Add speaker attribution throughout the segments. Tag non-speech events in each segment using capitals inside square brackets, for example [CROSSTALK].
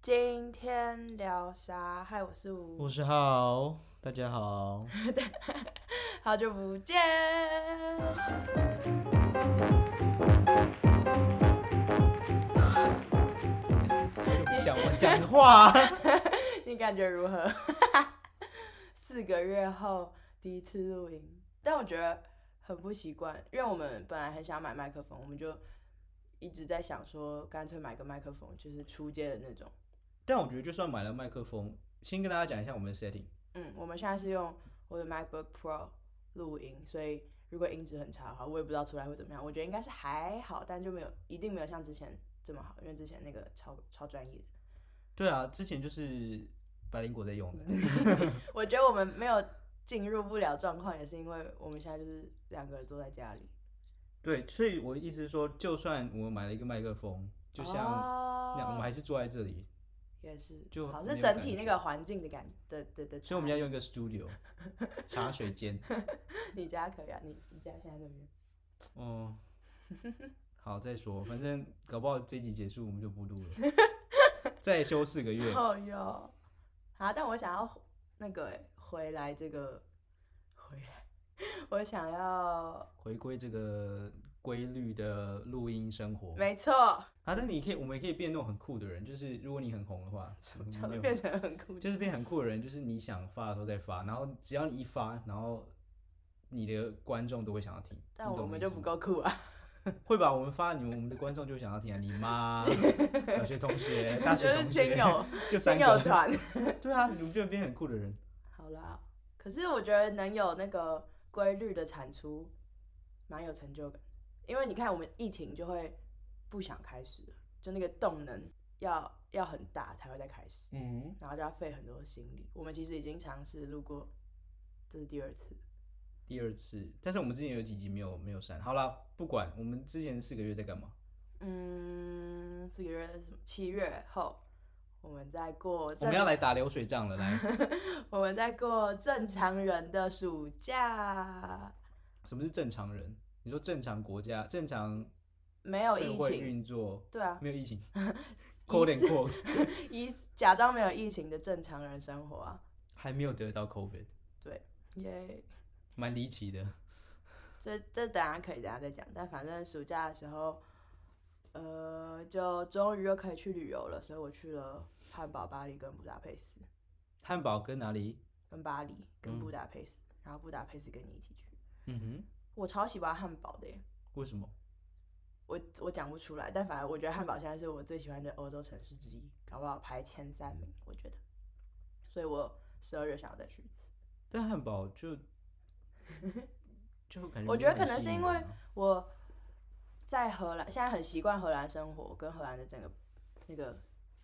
Speaker 1: 今天聊啥？嗨，我是吴，
Speaker 2: 五十号，大家好。
Speaker 1: 好久不见。
Speaker 2: [LAUGHS] 讲讲话， [LAUGHS]
Speaker 1: 你感觉如何？ [LAUGHS] 四个月后第一次录音，但我觉得很不习惯，因为我们本来很想买麦克风，我们就一直在想说，干脆买个麦克风，就是出街的那种。
Speaker 2: 但我觉得就算买了麦克风，先跟大家讲一下我们的 setting。
Speaker 1: 嗯，我们现在是用我的 MacBook Pro 录音，所以如果音质很差的话，我也不知道出来会怎么样。我觉得应该是还好，但就没有一定没有像之前这么好，因为之前那个超超专业的。
Speaker 2: 对啊，之前就是百灵果在用的，
Speaker 1: 我觉得我们没有进入不了状况，也是因为我们现在就是两个人坐在家里，
Speaker 2: [LAUGHS] 对，所以我的意思是说，就算我们买了一个麦克风，就像
Speaker 1: 哦
Speaker 2: 那样，我们还是坐在这里，
Speaker 1: 也是
Speaker 2: 就
Speaker 1: 好
Speaker 2: 没
Speaker 1: 是
Speaker 2: 有
Speaker 1: 整体
Speaker 2: 感
Speaker 1: 那
Speaker 2: 觉
Speaker 1: 个环境的感的的的差异。
Speaker 2: 所以我们要用一个 studio 茶水间。
Speaker 1: 你家可以啊，你你家现在这边
Speaker 2: 嗯，好，再说，反正搞不好这集结束我们就不录了，再休四个月。
Speaker 1: 哦哟，好，但我想要那个欸回来这个回来，我想要
Speaker 2: 回归这个规律的录音生活
Speaker 1: 没错，
Speaker 2: 啊！但是你可以，我们也可以变那种很酷的人，就是如果你很红的话，
Speaker 1: 就
Speaker 2: 没有
Speaker 1: 变成很酷。
Speaker 2: 就是变很酷的人，就是你想发的时候再发，然后只要你一发，然后你的观众都会想要听。
Speaker 1: 但
Speaker 2: 你
Speaker 1: 我
Speaker 2: 懂
Speaker 1: 们
Speaker 2: 意
Speaker 1: 就
Speaker 2: 思
Speaker 1: 不
Speaker 2: 吗
Speaker 1: 够酷啊！
Speaker 2: 会吧？我们发你们，我们的观众就会想要听啊！你
Speaker 1: [LAUGHS]
Speaker 2: 妈、小学同学、哎大
Speaker 1: 就
Speaker 2: 学
Speaker 1: 是
Speaker 2: 同
Speaker 1: 亲
Speaker 2: 学，
Speaker 1: 友
Speaker 2: [LAUGHS] 就
Speaker 1: 亲
Speaker 2: 三
Speaker 1: 友
Speaker 2: 个。
Speaker 1: 团，
Speaker 2: 对啊，你们就会变很酷的
Speaker 1: [LAUGHS]
Speaker 2: 人。
Speaker 1: 好啦，可是我觉得能有那个规律的产出，蛮有成就感。因为你看，我们一停就会不想开始了，就那个动能要要很大才会再开始，
Speaker 2: 嗯，
Speaker 1: 然后就要费很多心力。我们其实已经尝试录过，这是第二次。
Speaker 2: 第二次，但是我们之前有几集没有没有删。好啦，不管我们之前四个月在干嘛，
Speaker 1: 嗯，四个月是什么？七月后，我们在过
Speaker 2: 我
Speaker 1: 正
Speaker 2: 们要来打流水账了，来。
Speaker 1: 我们在过正常人的暑假，
Speaker 2: 什么是正常人？你说正常国家、正常
Speaker 1: 没有
Speaker 2: 社
Speaker 1: 疫
Speaker 2: 会
Speaker 1: 情。
Speaker 2: 运作，
Speaker 1: 对啊，
Speaker 2: 没有
Speaker 1: [LAUGHS]
Speaker 2: 疫情，quote and quote，
Speaker 1: 一假装没有疫情的正常人生活啊，
Speaker 2: 还没有得到 COVID，
Speaker 1: 耶、
Speaker 2: 蛮离奇的。
Speaker 1: 这这等下可以等下再讲，但反正暑假的时候，呃，就终于又可以去旅游了，所以我去了汉堡、巴黎跟布达佩斯，
Speaker 2: 汉堡跟哪里？
Speaker 1: 跟巴黎跟
Speaker 2: 嗯
Speaker 1: 布达佩斯，然后布达佩斯跟你一起去。
Speaker 2: 嗯哼，
Speaker 1: 我超喜欢汉堡的耶，
Speaker 2: 为什么？
Speaker 1: 我我讲不出来，但反正我觉得汉堡现在是我最喜欢的欧洲城市之一，搞不好排前三名，我觉得。所以我十二月想要再去一次。
Speaker 2: 但汉堡
Speaker 1: [LAUGHS]
Speaker 2: 就就感觉
Speaker 1: 我
Speaker 2: 没
Speaker 1: 觉
Speaker 2: 有
Speaker 1: 得
Speaker 2: 很
Speaker 1: 可能
Speaker 2: 吸
Speaker 1: 是
Speaker 2: 引
Speaker 1: 因
Speaker 2: 人
Speaker 1: 为
Speaker 2: 啊
Speaker 1: 我在荷兰，现在很习惯荷兰生活跟荷兰的整个那个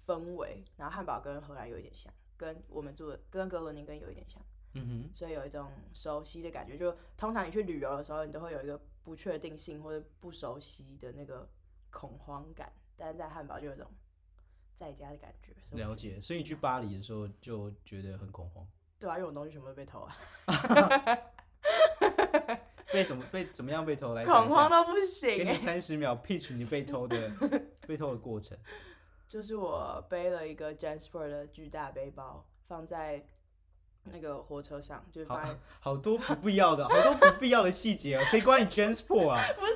Speaker 1: 氛围，然后汉堡跟荷兰有一点像，跟我们住的跟格罗宁根有一点像，
Speaker 2: 嗯哼，
Speaker 1: 所以有一种熟悉的感觉。就通常你去旅游的时候，你都会有一个不确定性或者不熟悉的那个恐慌感，但是在汉堡就有一种在家的感觉。所以我
Speaker 2: 了
Speaker 1: 觉
Speaker 2: 解。所以你去巴黎的时候就觉得很恐慌，
Speaker 1: 得对啊，因为我东西全部都被偷啊，
Speaker 2: 被什么被怎么样被偷来讲
Speaker 1: 恐
Speaker 2: 一
Speaker 1: 慌
Speaker 2: 下？
Speaker 1: 到不行、
Speaker 2: 给你
Speaker 1: 欸。
Speaker 2: 三十秒 pitch 你被
Speaker 1: [LAUGHS]
Speaker 2: 偷的被偷的过程。
Speaker 1: 就是我背了一个 Jansport 的巨大背包，放在那个火车上，就是
Speaker 2: 好
Speaker 1: 放在
Speaker 2: 好多不必要的，好 [LAUGHS] 多不必要的细节哦。谁管你
Speaker 1: [LAUGHS]
Speaker 2: Jansport 啊？不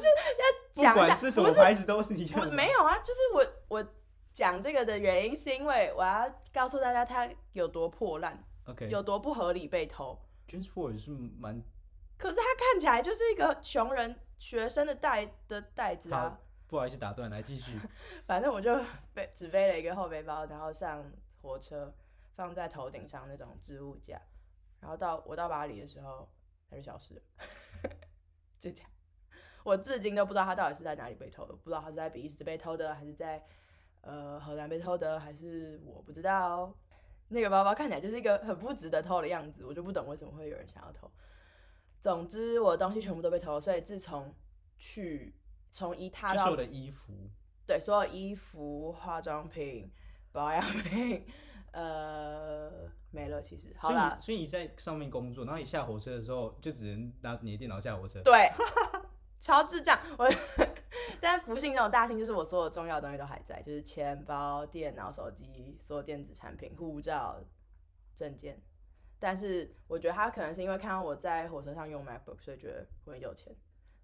Speaker 1: 讲一下
Speaker 2: 管是什么牌子都是一 [LAUGHS]
Speaker 1: 我
Speaker 2: 样的。
Speaker 1: 没有啊，就是我我讲这个的原因是因为我要告诉大家它有多破烂，
Speaker 2: OK，
Speaker 1: 有多不合理被偷。
Speaker 2: Jansport 是蛮
Speaker 1: 可是它看起来就是一个穷人学生的袋的袋子啊
Speaker 2: 好，不好意思打断，来继续。
Speaker 1: 反正我就背只背了一个后背包，然后上火车放在头顶上那种置物架，然后到我到巴黎的时候，它就消失了， [LAUGHS] 就这样。我至今都不知道它到底是在哪里被偷的，不知道它是在比利时被偷的，还是在呃荷兰被偷的，还是我不知道、那个包包看起来就是一个很不值得偷的样子，我就不懂为什么会有人想要偷。总之，我的东西全部都被偷了，所以自从去从一踏
Speaker 2: 就
Speaker 1: 到
Speaker 2: 是我的衣服，
Speaker 1: 对，所有衣服、化妆品、保养品，呃，没了。其实好
Speaker 2: 所以
Speaker 1: 啦
Speaker 2: 你，所以你在上面工作，然后你下火车的时候就只能拿你的电脑下火车。
Speaker 1: 对， [LAUGHS] 超智障。我但不幸那种大幸就是我所有重要的东西都还在，就是钱包、电脑、手机，所有电子产品、护照、证件。但是我觉得他可能是因为看到我在火车上用 MacBook，所以觉得我很有钱，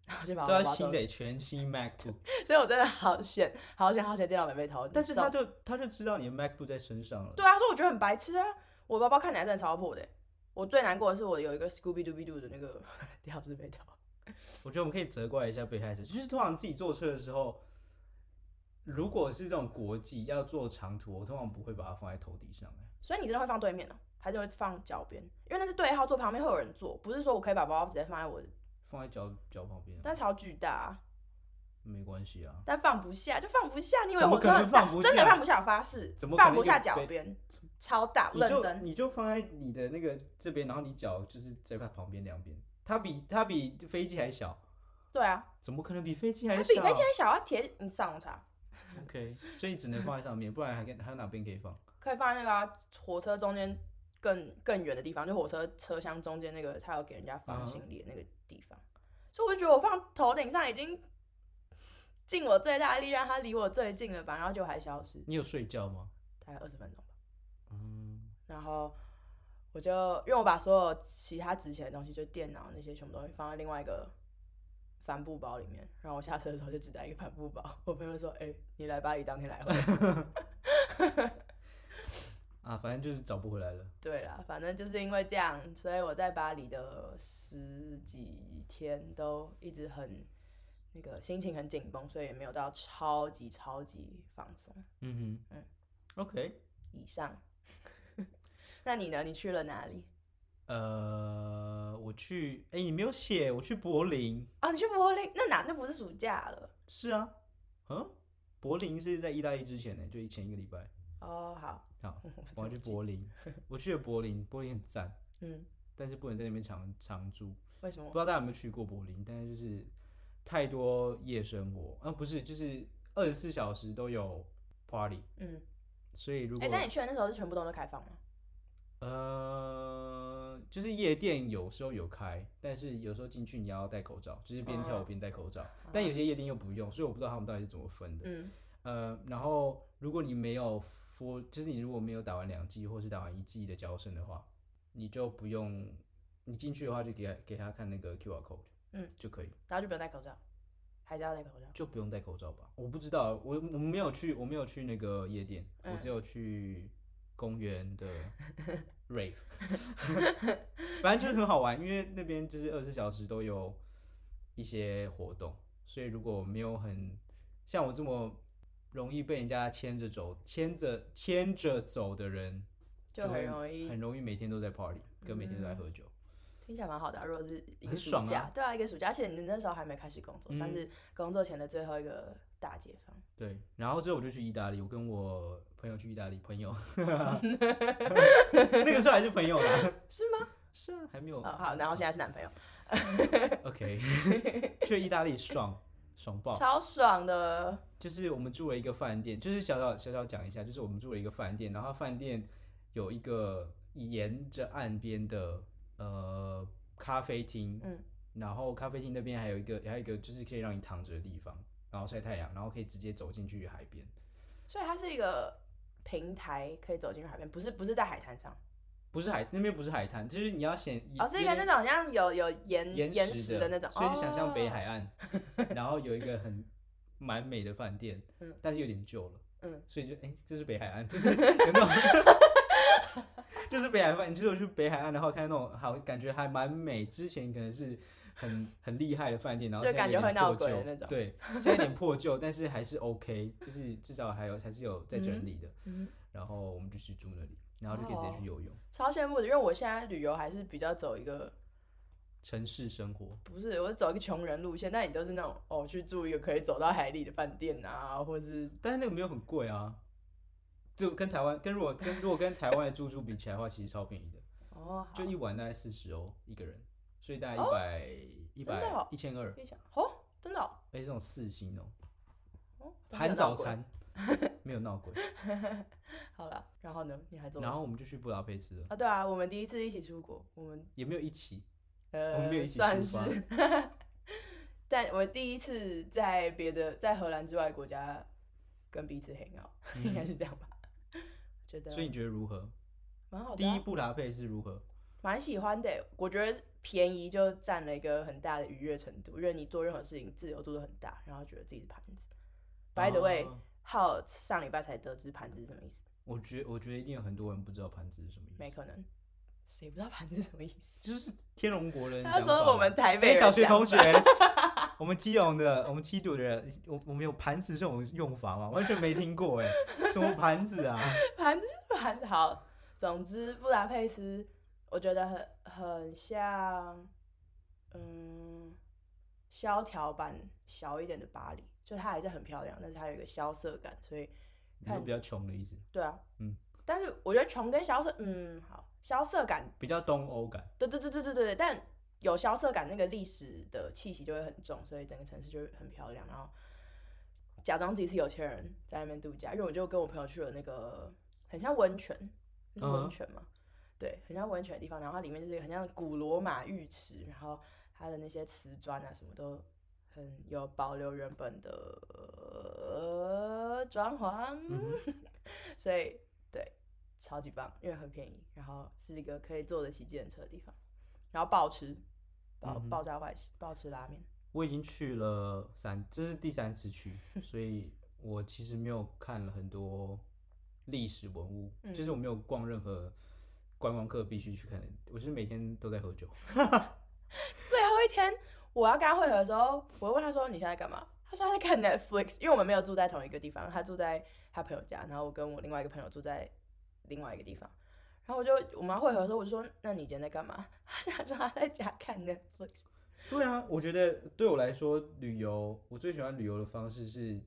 Speaker 1: 然后就把我
Speaker 2: 对啊，
Speaker 1: 包
Speaker 2: 新
Speaker 1: 走。
Speaker 2: 的全新 MacBook，
Speaker 1: 所以我真的好 [LAUGHS] 险，好险，好险，电脑没被偷。
Speaker 2: 但是
Speaker 1: 走
Speaker 2: 他就他就知道你的 MacBook 在身上了。
Speaker 1: 对啊，所以我觉得很白痴啊！我包包看起来真的超破的。欸我最难过的是我有一个 Scooby Dooby Doo 的那个 [LAUGHS] 吊饰被偷。
Speaker 2: 我觉得我们可以责怪一下被害者，就是通常自己坐车的时候，如果是这种国际要坐长途，我通常不会把它放在头顶上。
Speaker 1: 所以你真的会放对面哦、还是会放脚边？因为那是对号座，旁边会有人坐，不是说我可以把包包直接放在我的，
Speaker 2: 放在脚脚旁边啊、
Speaker 1: 但超巨大、啊，
Speaker 2: 没关系啊。
Speaker 1: 但放不下就放不下。你以为
Speaker 2: 怎么
Speaker 1: 我真的
Speaker 2: 可能
Speaker 1: 很大
Speaker 2: 放不
Speaker 1: 真的
Speaker 2: 下
Speaker 1: 放不下，我发誓，
Speaker 2: 怎么可
Speaker 1: 放
Speaker 2: 能
Speaker 1: 不下
Speaker 2: 就
Speaker 1: 脚
Speaker 2: 被
Speaker 1: 边，超大，
Speaker 2: 你
Speaker 1: 认
Speaker 2: 就
Speaker 1: 真。
Speaker 2: 你就放在你的那个这边，然后你脚就是在它旁边两边，它比它比飞机还小，
Speaker 1: 对啊，
Speaker 2: 怎么可能比飞机
Speaker 1: 它
Speaker 2: 还
Speaker 1: 比
Speaker 2: 小？
Speaker 1: 飞机还小啊！铁，你上网查，
Speaker 2: OK，所以只能放在上面，不然还跟还有哪边可以放？
Speaker 1: 可以放在那个啊、火车中间更更远的地方，就火车车厢中间那个，他有给人家放
Speaker 2: 嗯
Speaker 1: 行李的那个地方。所以我就觉得我放头顶上已经尽我最大的力，让它离我最近了吧，然后就还消失。
Speaker 2: 你有睡
Speaker 1: 嗯
Speaker 2: 觉吗？
Speaker 1: 大概二十分钟吧。
Speaker 2: 嗯，
Speaker 1: 然后我就因为我把所有其他值钱的东西，就电脑那些全部都会放在另外一个帆布包里面。然后我下车的时候就只带一个帆布包。我朋友说：“哎、你来巴黎当天来回。
Speaker 2: 啊，反正就是找不回来了。”
Speaker 1: 对啦，反正就是因为这样，所以我在巴黎的十几天都一直很。那个心情很紧绷，所以也没有到超级超级放松。
Speaker 2: 嗯哼，
Speaker 1: 嗯
Speaker 2: ，OK，
Speaker 1: 以上， [LAUGHS] 那你呢？你去了哪里？
Speaker 2: 呃，我去，哎、你没有写，我去柏林。
Speaker 1: 哦，你去柏林？那哪？那不是暑假了。
Speaker 2: 是啊，嗯，柏林是在意大利之前呢，就前一个礼拜。
Speaker 1: 哦，好， [LAUGHS]
Speaker 2: 好，
Speaker 1: 我
Speaker 2: 我要去柏 [LAUGHS] 林，我去了柏林，柏林很赞，
Speaker 1: 嗯，
Speaker 2: 但是不能在那边常常住。
Speaker 1: 为什么
Speaker 2: 不？知道大家有没有去过柏林，但是就是太多夜生活，啊，不是，就是二十四小时都有 party，
Speaker 1: 嗯，
Speaker 2: 所以如
Speaker 1: 哎、
Speaker 2: 果、
Speaker 1: 但你去的那时候是全部都在开放吗？
Speaker 2: 呃，就是夜店有时候有开，但是有时候进去你要戴口罩，就是边跳
Speaker 1: 哦
Speaker 2: 舞边戴口罩。但有些夜店又不用，所以我不知道他们到底是怎么分的。
Speaker 1: 嗯
Speaker 2: 呃，然后如果你没有 f 就是你如果没有打完两剂或是打完一剂的交生的话，你就不用，你进去的话就给他给他看那个 QR code，
Speaker 1: 嗯，
Speaker 2: 就可以，
Speaker 1: 然后就不用戴口罩，还是要戴口罩。
Speaker 2: 就不用戴口罩吧？我不知道，我我没有去，我没有去那个夜店，
Speaker 1: 嗯
Speaker 2: 我只有去公园
Speaker 1: [LAUGHS]
Speaker 2: 的 rave，反正就是很好玩，因为那边就是二十四小时都有一些活动，所以如果没有很像我这么容易被人家牵着走、牵着牵着走的人，
Speaker 1: 就很
Speaker 2: 会
Speaker 1: 容易嗯
Speaker 2: 很容易每天都在 party，跟每天都在喝酒。
Speaker 1: 听起来蛮好的啊、如果是一个
Speaker 2: 很
Speaker 1: 暑
Speaker 2: 爽啊
Speaker 1: 假，对啊，一个暑假，而且你那时候还没开始工作，
Speaker 2: 嗯
Speaker 1: 算是工作前的最后一个大解放。
Speaker 2: 对，然后之后我就去意大利，我跟我朋友去意大
Speaker 1: [LAUGHS]
Speaker 2: 利，朋友，那个时候还是朋友啦，
Speaker 1: [LAUGHS] 是吗？
Speaker 2: 是啊，还没有。
Speaker 1: 哦，好，然后现在是男朋友，
Speaker 2: OK，去 [LAUGHS] 意大利爽爽爆，
Speaker 1: 超爽的。
Speaker 2: 就是我们住了一个饭店，就是小小小小讲一下，就是我们住了一个饭店，然后饭店有一个沿着岸边的呃咖啡厅，
Speaker 1: 嗯，
Speaker 2: 然后咖啡厅那边还有一个还有一个就是可以让你躺着的地方，然后晒太阳，然后可以直接走进去海边，
Speaker 1: 所以它是一个平台，可以走进去海边，不是不是在海滩上，
Speaker 2: 不是海那边不是海滩，就是你要显
Speaker 1: 哦，是一个那种好像有有岩
Speaker 2: 岩
Speaker 1: 岩
Speaker 2: 石
Speaker 1: 石的那种，
Speaker 2: 所以就想象北
Speaker 1: 哦。
Speaker 2: 海岸， [LAUGHS] 然后有一个很蛮美的饭店，
Speaker 1: 嗯
Speaker 2: 但是有点旧了，
Speaker 1: 嗯，
Speaker 2: 所以就哎、这是北海岸， [LAUGHS] 就是有那种， [LAUGHS] 就是北海岸，你就是去北海岸的话，看到那种好感觉还蛮美，之前可能是很很厉害的饭店，然后
Speaker 1: 就
Speaker 2: 现在
Speaker 1: 感觉
Speaker 2: 有点
Speaker 1: 会闹
Speaker 2: 破
Speaker 1: 鬼
Speaker 2: 旧
Speaker 1: 的那种
Speaker 2: 对，现在有点破旧，但是还是 OK，就是至少还有还是有在整理的，
Speaker 1: 嗯，
Speaker 2: 然后我们就去住那里，然后就可以直接去游泳，
Speaker 1: 超羡慕的，因为我现在旅游还是比较走一个
Speaker 2: 城市生活。
Speaker 1: 不是，我是走一个穷人路线，但你都是那种哦，去住一个可以走到海里的饭店啊，或是
Speaker 2: 但是那个没有很贵啊，就跟台湾跟如果跟如果跟台湾的住宿比起来的话，其实超
Speaker 1: [LAUGHS]
Speaker 2: 便宜的，
Speaker 1: 哦，
Speaker 2: 就
Speaker 1: 好
Speaker 2: 一晚大概四十欧一个人，所以大概一百一
Speaker 1: 哦真的
Speaker 2: 百
Speaker 1: 哦
Speaker 2: 一千二，
Speaker 1: 一想哦，真的哦，
Speaker 2: 而且这种四星哦，
Speaker 1: 哦都没有
Speaker 2: 含
Speaker 1: 闹
Speaker 2: 早
Speaker 1: 鬼
Speaker 2: 餐， [LAUGHS] 没有闹鬼。
Speaker 1: [LAUGHS] 好了，然后呢，你还走了
Speaker 2: 然后我们就去布达佩斯了，
Speaker 1: 啊？对啊，我们第一次一起出国，我们
Speaker 2: 也没有一起，
Speaker 1: 呃，
Speaker 2: 我们没有一起出
Speaker 1: 算是
Speaker 2: 发，
Speaker 1: [LAUGHS] 但我第一次在别的在荷兰之外国家跟彼此 hang out，、应该是这样吧？觉得
Speaker 2: 嗯所以你觉得如何？
Speaker 1: 蛮好的啊、
Speaker 2: 第一布达佩是如何？
Speaker 1: 蛮喜欢的欸。我觉得便宜就占了一个很大的愉悦程度，因为你做任何事情自由度都很大，然后觉得自己是盘子。By the way，、
Speaker 2: 啊
Speaker 1: 浩上礼拜才得知盘子是什么意思，
Speaker 2: 我觉我觉得一定有很多人不知道盘子是什么意思，
Speaker 1: 没可能，谁不知道盘子是什么意思？
Speaker 2: 就是天龙国人。
Speaker 1: 他说我们台北
Speaker 2: 哎
Speaker 1: 人
Speaker 2: 小学
Speaker 1: 讲
Speaker 2: 同学， [LAUGHS] 我们基隆的，我们七堵的人，我我们有盘子这种用法吗？完全没听过哎，什么盘子
Speaker 1: [LAUGHS]
Speaker 2: 啊？
Speaker 1: 盘子就是盘子。好，总之布达佩斯，我觉得很很像，嗯，萧条版小一点的巴黎，就它还是很漂亮，但是它有一个萧瑟感，所以
Speaker 2: 你说比较穷的意思，
Speaker 1: 对啊，
Speaker 2: 嗯，
Speaker 1: 但是我觉得穷跟萧瑟，嗯，好，萧瑟感，
Speaker 2: 比较东欧感。
Speaker 1: 对对对对对对，但有萧瑟感，那个历史的气息就会很重，所以整个城市就会很漂亮，然后假装自己是有钱人在那边度假，因为我就跟我朋友去了那个很像温泉，那是
Speaker 2: 嗯
Speaker 1: 温泉嘛，对，很像温泉的地方，然后它里面就是一个很像古罗马浴池，然后它的那些瓷砖啊什么都很有保留原本的呃装潢，
Speaker 2: 嗯
Speaker 1: [LAUGHS] 所以对，超级棒，因为很便宜，然后是一个可以坐得起计程车的地方，然后暴吃爆
Speaker 2: 嗯哼
Speaker 1: 爆炸外食，暴吃拉面，
Speaker 2: 我已经去了三，这是第三次
Speaker 1: [LAUGHS]
Speaker 2: 去，所以我其实没有看了很多历史文物，
Speaker 1: 嗯
Speaker 2: 就是我没有逛任何观光客必须去看的，我就是每天都在喝
Speaker 1: [LAUGHS]
Speaker 2: 酒。
Speaker 1: 最后一天我要跟他会合的时候，我问他说你现在干嘛？他说他在看 Netflix，因为我们没有住在同一个地方，他住在他朋友家，然后我跟我另外一个朋友住在另外一个地方。然后我就我们要会合的时候，我就说那你今天在干嘛？ [LAUGHS] 他就说他在家看 Netflix。
Speaker 2: 对啊，我觉得对我来说，旅游我最喜欢旅游的方式是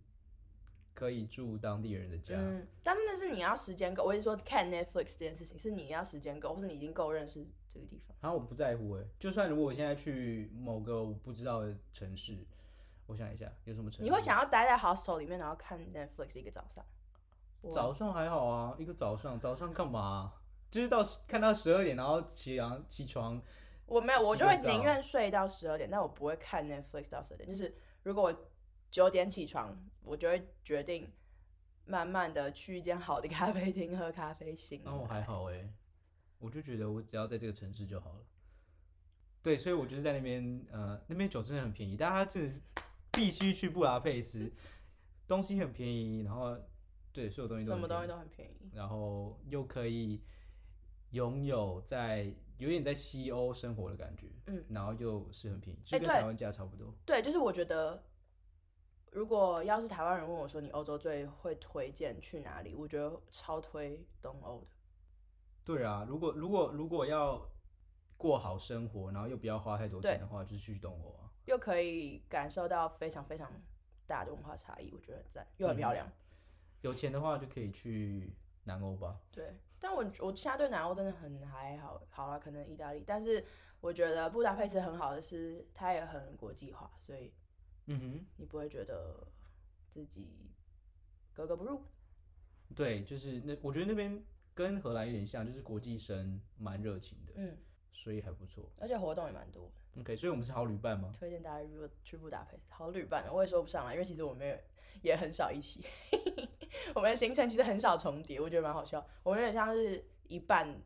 Speaker 2: 可以住当地人的家。
Speaker 1: 嗯，但是那是你要时间够，我是说看 Netflix 这件事情是你要时间够，或是你已经够认识这个地方。
Speaker 2: 然后我不在乎哎，就算如果我现在去某个我不知道的城市，我想一下有什么城市，
Speaker 1: 你会想要待在 hostel 里面，然后看 Netflix 一个早上？我
Speaker 2: 早上还好啊，一个早上早上干嘛啊、就是到看到十二点，然后起床起床，
Speaker 1: 我没有，我
Speaker 2: 洗
Speaker 1: 就
Speaker 2: 个
Speaker 1: 会
Speaker 2: 澡
Speaker 1: 宁愿睡到十二点，但我不会看 Netflix 到十二点。就是如果我九点起床，我就会决定慢慢的去一间好的咖啡厅喝咖啡醒来。
Speaker 2: 然后我还好哎，我就觉得我只要在这个城市就好了。对，所以我就是在那边，呃，那边酒真的很便宜，大家真的是必须去布达佩斯，东西很便宜，然后对，所有东西都
Speaker 1: 什
Speaker 2: 很
Speaker 1: 么
Speaker 2: 便
Speaker 1: 东
Speaker 2: 宜
Speaker 1: 西都很便宜。
Speaker 2: 然后又可以拥有在有点在西欧生活的感觉，
Speaker 1: 嗯，
Speaker 2: 然后又是很便宜，就
Speaker 1: 哎
Speaker 2: 跟
Speaker 1: 对
Speaker 2: 台湾价差不多。
Speaker 1: 对，就是我觉得，如果要是台湾人问我说你欧洲最会推荐去哪里，我觉得超推东欧的。
Speaker 2: 对啊，如果如果如果要过好生活，然后又不要花太多钱的话，就是去东欧啊。
Speaker 1: 又可以感受到非常非常大的文化差异，我觉得很赞，又很
Speaker 2: 嗯
Speaker 1: 漂亮。
Speaker 2: 有钱的话就可以去南欧吧。
Speaker 1: 对，但我我现在对南欧真的很还好，好啦，可能意大利，但是我觉得布达佩斯很好的是，它也很国际化，所以
Speaker 2: 嗯
Speaker 1: 你不会觉得自己格格不入。
Speaker 2: 哼，对，就是那我觉得那边跟荷兰有点像，就是国际生蛮热情的，
Speaker 1: 嗯，
Speaker 2: 所以还不错。
Speaker 1: 而且活动也蛮多的，
Speaker 2: OK，所以我们是好旅伴吗？
Speaker 1: 推荐大家如果去布达佩斯，好旅伴，哦我也说不上来，因为其实我们也也很少一起， [LAUGHS] 我们的行程其实很少重叠，我觉得蛮好笑，我们有点像是一半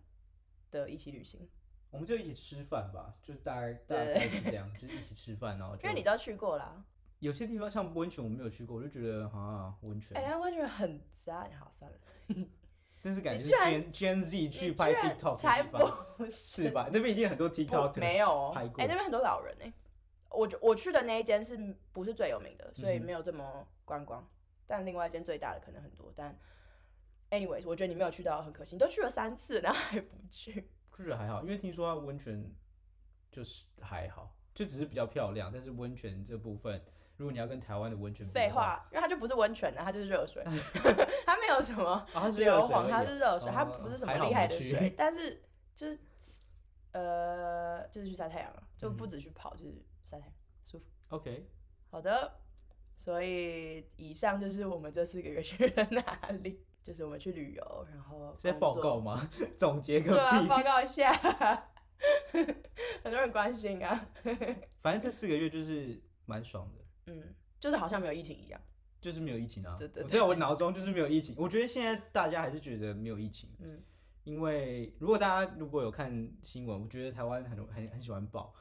Speaker 1: 的一起旅行。
Speaker 2: 我们就一起吃饭吧，就大概大
Speaker 1: 对
Speaker 2: 概是这样，就是一起吃饭，然后
Speaker 1: [LAUGHS]
Speaker 2: 就
Speaker 1: 因为你都去过啦，
Speaker 2: 有些地方像温泉我没有去过，我就觉得啊温泉，
Speaker 1: 哎、呀，我觉得很赞，好算了，
Speaker 2: 但是感觉
Speaker 1: 你
Speaker 2: 是
Speaker 1: 居然
Speaker 2: Gen Gen Z 去
Speaker 1: 你
Speaker 2: 拍
Speaker 1: 居然
Speaker 2: TikTok
Speaker 1: 才
Speaker 2: 的地方 [LAUGHS]
Speaker 1: 不
Speaker 2: 是吧？那边一定很多 TikTok
Speaker 1: 不没有哦，
Speaker 2: 拍
Speaker 1: 哎、
Speaker 2: 过
Speaker 1: 那边很多老人哎、我觉我去的那一间是不是最有名的，所以
Speaker 2: 嗯哼
Speaker 1: 没有这么观光，但另外一间最大的可能很多，但 anyways，我觉得你没有去到很可惜，你都去了三次，然后还不去，
Speaker 2: 就觉得还好，因为听说它温泉就是还好，就只是比较漂亮，但是温泉这部分，如果你要跟台湾的温泉比的
Speaker 1: 废，话，因为它就不是温泉啊，它就是热水，它没有什么
Speaker 2: 啊它是
Speaker 1: 硫
Speaker 2: 热水而
Speaker 1: 磺，
Speaker 2: 已啊，
Speaker 1: 它是热水，
Speaker 2: 哦
Speaker 1: 它不是什么
Speaker 2: 还好
Speaker 1: 厉害
Speaker 2: 没
Speaker 1: 的
Speaker 2: 去
Speaker 1: 水，但是就是呃，就是去晒太阳了，就不止去跑，就是晒太阳，舒服。
Speaker 2: [LAUGHS] OK，
Speaker 1: 好的，所以以上就是我们这四个月去了哪里， [LAUGHS] 就是我们去旅游，然后
Speaker 2: 是在报
Speaker 1: 工
Speaker 2: 告
Speaker 1: 作，
Speaker 2: 吗？ [LAUGHS] 总结个
Speaker 1: 对啊，
Speaker 2: 屁！
Speaker 1: 报告一 [LAUGHS] 下，很多人关心啊，
Speaker 2: 反正这四个月就是蛮爽的，
Speaker 1: 嗯，就是好像没有疫情一样。
Speaker 2: 就是没有疫情啊。
Speaker 1: 对对对
Speaker 2: 我在我脑中就是没有疫情。我觉得现在大家还是觉得没有疫情，
Speaker 1: 嗯，
Speaker 2: 因为如果大家如果有看新闻，我觉得台湾很很很喜欢报，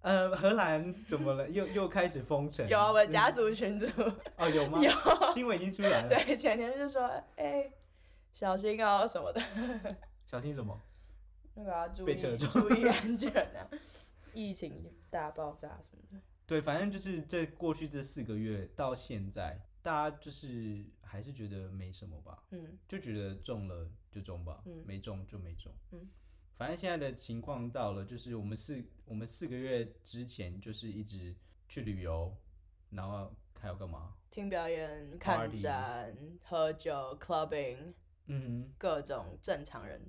Speaker 2: 呃，荷兰怎么了？又又开始封城？
Speaker 1: 有啊，我的
Speaker 2: 是
Speaker 1: 家族群组，
Speaker 2: 哦有吗？新闻已经出来了，
Speaker 1: 对，前天就说，哎、小心哦什么的，
Speaker 2: 小心什么？
Speaker 1: 那个要注
Speaker 2: 被
Speaker 1: 意
Speaker 2: 扯
Speaker 1: 注意安全啊，疫情大爆炸什么的。
Speaker 2: 对，反正就是这过去这四个月到现在，大家就是还是觉得没什么吧，
Speaker 1: 嗯，
Speaker 2: 就觉得中了就中吧，
Speaker 1: 嗯
Speaker 2: 没中就没中。
Speaker 1: 嗯，
Speaker 2: 反正现在的情况到了，就是我们四我们四个月之前就是一直去旅游，然后还有干嘛？
Speaker 1: 听表演、看
Speaker 2: Party
Speaker 1: 展、喝酒、clubbing，
Speaker 2: 嗯
Speaker 1: 各种正常人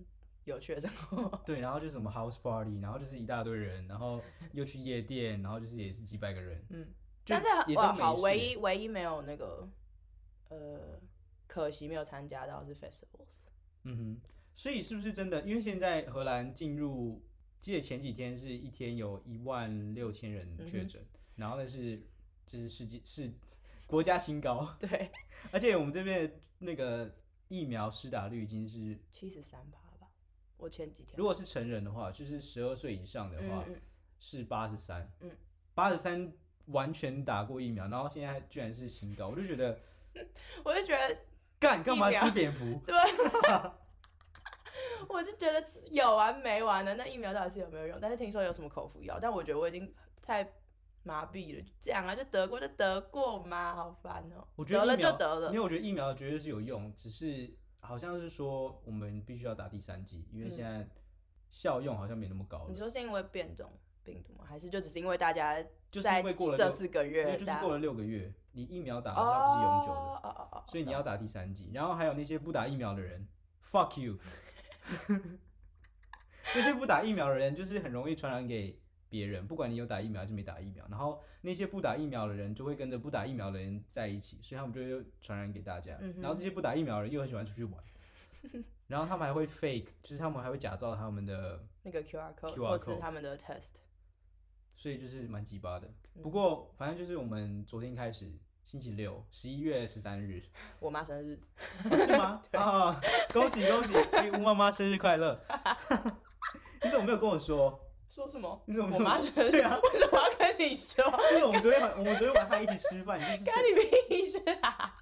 Speaker 1: 有趣的生活。
Speaker 2: 哼，对，然后就是什么 house party，然后就是一大堆人，然后又去夜店，然后就是也是几百个人，
Speaker 1: 嗯，[LAUGHS]
Speaker 2: 就
Speaker 1: 但是
Speaker 2: 也
Speaker 1: 哇，
Speaker 2: 都
Speaker 1: 好，
Speaker 2: 没事欸
Speaker 1: 唯一唯一没有那个，呃，可惜没有参加到是 festivals。 [LAUGHS]
Speaker 2: 嗯哼，所以是不是真的？因为现在荷兰进入，记得前几天是一天有一万六千
Speaker 1: 嗯
Speaker 2: 人确诊，然后那是就是世界是国家新高， [LAUGHS]
Speaker 1: 对，
Speaker 2: 而且我们这边的那个疫苗施打率已经是，
Speaker 1: 七十三趴吧，我前几天
Speaker 2: 如果是成人的话，就是十二岁以上的
Speaker 1: 嗯
Speaker 2: 话、
Speaker 1: 嗯
Speaker 2: 是八十三，
Speaker 1: 嗯，
Speaker 2: 八十三完全打过疫苗，然后现在居然是新高，我就觉得
Speaker 1: 嗯，我就觉得
Speaker 2: 干干嘛
Speaker 1: 疫苗
Speaker 2: 吃蝙蝠？
Speaker 1: [LAUGHS] 我就觉得有完没完的，那疫苗到底是有没有用？但是听说有什么口服药，但我觉得我已经太麻痹了，就这样啊，就得过就得过嘛，好烦哦、
Speaker 2: 我觉得
Speaker 1: 得了
Speaker 2: 疫苗
Speaker 1: 就得了
Speaker 2: 因为我觉得疫苗绝对是有用，只是好像是说我们必须要打第三剂，因为
Speaker 1: 嗯
Speaker 2: 现在效用好像没那么高了
Speaker 1: 你说是因为变种病毒吗？还是就只是因为大家
Speaker 2: 就是
Speaker 1: 在
Speaker 2: 因为过了
Speaker 1: 这
Speaker 2: 六
Speaker 1: 四个
Speaker 2: 因为
Speaker 1: 月
Speaker 2: 就是
Speaker 1: 大家
Speaker 2: 过了六个月，你疫苗打
Speaker 1: 哦
Speaker 2: 了它不是永久
Speaker 1: 哦
Speaker 2: 的，
Speaker 1: 哦哦，
Speaker 2: 所以你要打第三剂。然后还有那些不打疫苗的人，fuck you，那些不打疫苗的人就是很容易传染给别人，不管你有打疫苗还是没打疫苗。然后那些不打疫苗的人就会跟着不打疫苗的人在一起，所以他们就会传染给大家。
Speaker 1: 嗯哼
Speaker 2: 然后这些不打疫苗的人又很喜欢
Speaker 1: [LAUGHS]
Speaker 2: 出去玩。然后他们还会 fake，就是他们还会假造他们的，
Speaker 1: 那个 QR code
Speaker 2: QR
Speaker 1: 或是
Speaker 2: code
Speaker 1: 他们的 test，
Speaker 2: 所以就是蛮鸡巴的。
Speaker 1: 嗯
Speaker 2: 不过反正就是我们昨天开始，星期六，十一月十三日，
Speaker 1: 我妈生日，
Speaker 2: 哦是吗？啊，恭喜恭喜！哎，吴妈妈生日快乐！ [LAUGHS] 你怎么没有跟我说？
Speaker 1: 说什么？
Speaker 2: 你怎么没
Speaker 1: 我
Speaker 2: 有
Speaker 1: 妈生 [LAUGHS] 日？
Speaker 2: 对啊
Speaker 1: 为什么要跟你说？
Speaker 2: 就是我们昨天晚，我们昨天晚上一起吃饭，你就是
Speaker 1: 干你屁事啊！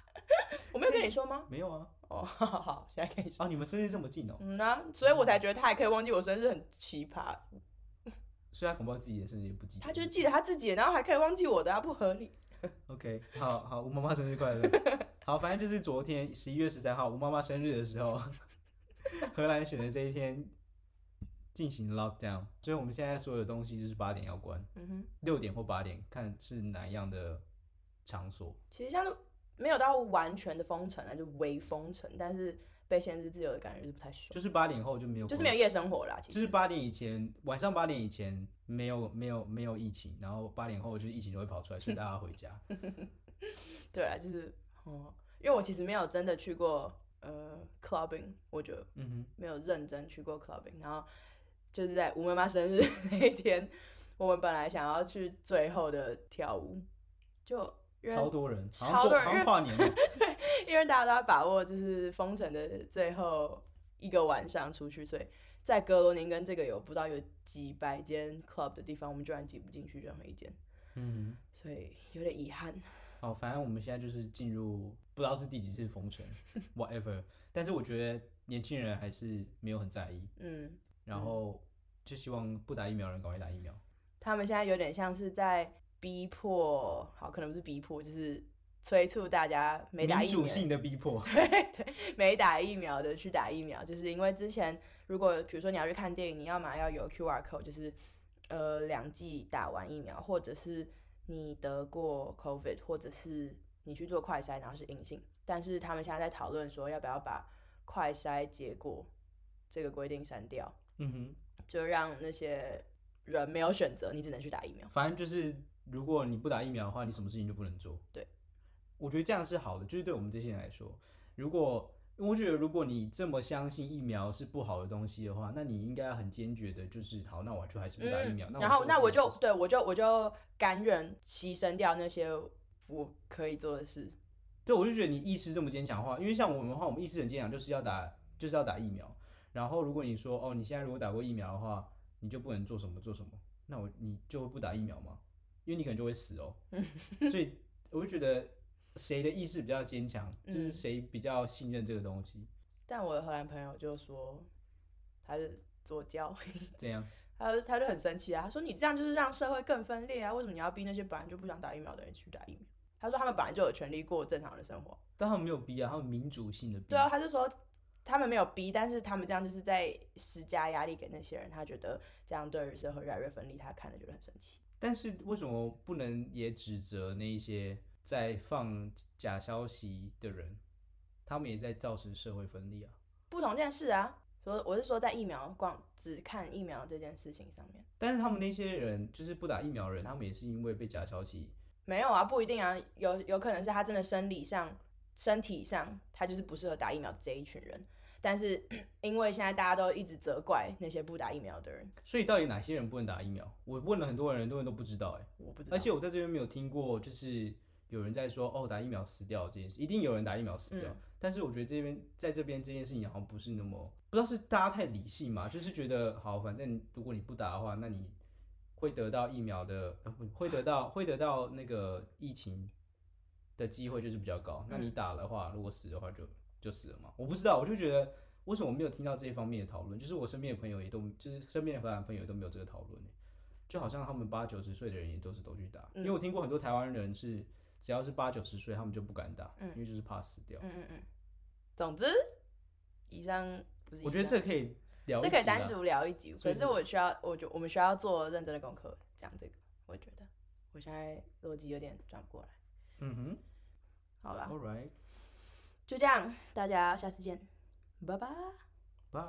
Speaker 1: 我没有跟你说吗？
Speaker 2: 没有啊？
Speaker 1: 哦，好好好，现在跟你说。
Speaker 2: 哦，你们生日这么近哦，
Speaker 1: 嗯啊，所以我才觉得他还可以忘记我生日很奇葩，
Speaker 2: 所以他恐怕自己的生日也不记得。
Speaker 1: 他就是记得他自己，然后还可以忘记我的、啊，不合理。
Speaker 2: OK，好好，吴妈妈生日快乐。好，反正就是昨天十一月十三号，吴妈妈生日的时候， [LAUGHS] 荷兰选的这一天进行 lockdown，所以我们现在所有的东西就是八点要关，
Speaker 1: 嗯哼，
Speaker 2: 六点或八点看是哪样的场所。
Speaker 1: 其实像是没有到完全的封城啊，就微封城，但是被限制自由的感觉是不太爽，
Speaker 2: 就是八点后就没有，
Speaker 1: 就是没有，夜生活啦。其
Speaker 2: 就
Speaker 1: 实
Speaker 2: 是八点以前，晚上八点以前没有没有没有疫情，然后八点后就是疫情就会跑出来，所以大家回家。 [LAUGHS]
Speaker 1: 对啊，就是哦，因为我其实没有真的去过呃 clubbing，我觉得
Speaker 2: 嗯哼，
Speaker 1: 没有认真去过 clubbing，然后就是在吴妈妈生日 [LAUGHS] 那一天，我们本来想要去最后的跳舞，就因为
Speaker 2: 超多人，好像
Speaker 1: 超
Speaker 2: 过
Speaker 1: 多人
Speaker 2: 好
Speaker 1: 因
Speaker 2: 像
Speaker 1: 为
Speaker 2: 跨年了。
Speaker 1: 因为大家都要把握就是封城的最后一个晚上出去，所以在格罗宁根这个有不知道有几百间 club 的地方，我们居然挤不进去任何一间，
Speaker 2: 嗯
Speaker 1: 所以有点遗憾。
Speaker 2: 哼，好，反正我们现在就是进入不知道是第几次封
Speaker 1: [LAUGHS]
Speaker 2: 城，whatever。但是我觉得年轻人还是没有很在意，
Speaker 1: 嗯，
Speaker 2: 然后就希望不打疫苗的人赶快打疫苗。
Speaker 1: 他们现在有点像是在逼迫，好，可能不是逼迫，就是催促大家没打
Speaker 2: 民
Speaker 1: 疫
Speaker 2: 主
Speaker 1: 苗。
Speaker 2: 性的逼迫，
Speaker 1: [LAUGHS] 对对，没打疫苗的去打疫苗，就是因为之前如果比如说你要去看电影，你要嘛要有 QR code，就是呃两剂打完疫苗，或者是你得过 COVID，或者是你去做快筛然后是阴性，但是他们现在在讨论说要不要把快筛结果这个规定删掉，
Speaker 2: 嗯哼。
Speaker 1: 就让那些人没有选择，你只能去打疫苗。
Speaker 2: 反正就是，如果你不打疫苗的话，你什么事情都不能做。
Speaker 1: 对，
Speaker 2: 我觉得这样是好的，就是对我们这些人来说，如果我觉得如果你这么相信疫苗是不好的东西的话，那你应该很坚决的，就是好，那我就还是不打疫苗。
Speaker 1: 嗯然后那
Speaker 2: 我
Speaker 1: 我就对我就我就甘愿牺牲掉那些我可以做的事。
Speaker 2: 对我就觉得你意识这么坚强的话，因为像我们的话，我们意识很坚强，就是要打就是要打疫苗。然后如果你说哦，你现在如果打过疫苗的话，你就不能做什么做什么，那我你就会不打疫苗吗？因为你可能就会死
Speaker 1: [LAUGHS]
Speaker 2: 哦。所以我就觉得谁的意识比较坚强，就是
Speaker 1: 嗯
Speaker 2: 谁比较信任这个东西，
Speaker 1: 但我的荷兰朋友就说他是左交， [LAUGHS]
Speaker 2: 这样。
Speaker 1: 他他就很生气啊，他说你这样就是让社会更分裂啊，为什么你要逼那些本来就不想打疫苗的人去打疫苗？他说他们本来就有权利过正常的生活。
Speaker 2: 但他们没有逼啊，他们民主性的逼。
Speaker 1: 对啊，他就说他们没有逼，但是他们这样就是在施加压力给那些人，他觉得这样对于社会越来越分离，他看了觉得很生气。
Speaker 2: 但是为什么不能也指责那一些在放假消息的人？他们也在造成社会分裂啊。
Speaker 1: 不同件事啊，说我是说在疫苗光只看疫苗这件事情上面，
Speaker 2: 但是他们那些人就是不打疫苗的人，他们也是因为被假消息。
Speaker 1: 没有啊，不一定啊，有有可能是他真的生理上、身体上，他就是不适合打疫苗这一群人。但是 [CLEARS THROAT] 因为现在大家都一直责怪那些不打疫苗的人，
Speaker 2: 所以到底哪些人不能打疫苗？我问了很多人，很多人都不知道哎、
Speaker 1: 我不知道。
Speaker 2: 而且我在这边没有听过，就是有人在说哦打疫苗死掉这件事，一定有人打疫苗死掉。
Speaker 1: 嗯
Speaker 2: 但是我觉得这边在这边这件事情好像不是那么，不知道是大家太理性嘛，就是觉得好，反正如果你不打的话，那你会得到疫苗的，呃不会得到会得到那个疫情的机会就是比较高。那你
Speaker 1: 嗯
Speaker 2: 打的话，如果死的话就就死了嘛。我不知道，我就觉得。为什么我没有听到这一方面的讨论？就是我身边的朋友也都，就是身边的荷兰朋友也都没有这个讨论欸就好像他们八九十岁的人也都是都去打，
Speaker 1: 嗯
Speaker 2: 因为我听过很多台湾人是只要是八九十岁，他们就不敢打，因为就是怕死掉。
Speaker 1: 嗯嗯嗯，总之，以上不是以上
Speaker 2: 我觉得这可以聊一
Speaker 1: 这
Speaker 2: 集啦，
Speaker 1: 可以单独聊一集，
Speaker 2: 啊所以
Speaker 1: 可是我需要，我觉我们需要做认真的功课讲这个。我觉得我现在逻辑有点转不过来。
Speaker 2: 嗯
Speaker 1: 好
Speaker 2: 哼
Speaker 1: 了，
Speaker 2: ，All right，
Speaker 1: 就这样，大家下次见，拜拜。
Speaker 2: bye。